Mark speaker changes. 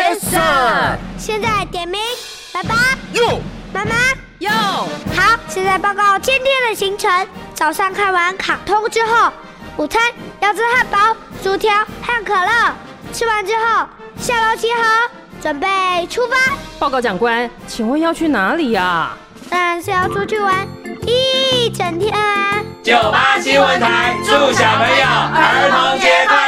Speaker 1: Sir，
Speaker 2: 现在点名，爸爸、
Speaker 1: 哟，
Speaker 2: 妈妈。
Speaker 3: 哟，
Speaker 2: 好，现在报告今天的行程。早上看完卡通之后，午餐要吃汉堡、薯条和可乐。吃完之后，下楼集合，准备出发。
Speaker 3: 报告长官，请问要去哪里呀、
Speaker 2: 当然是要出去玩一整天啊！
Speaker 4: 九八新闻台祝小朋友儿童节快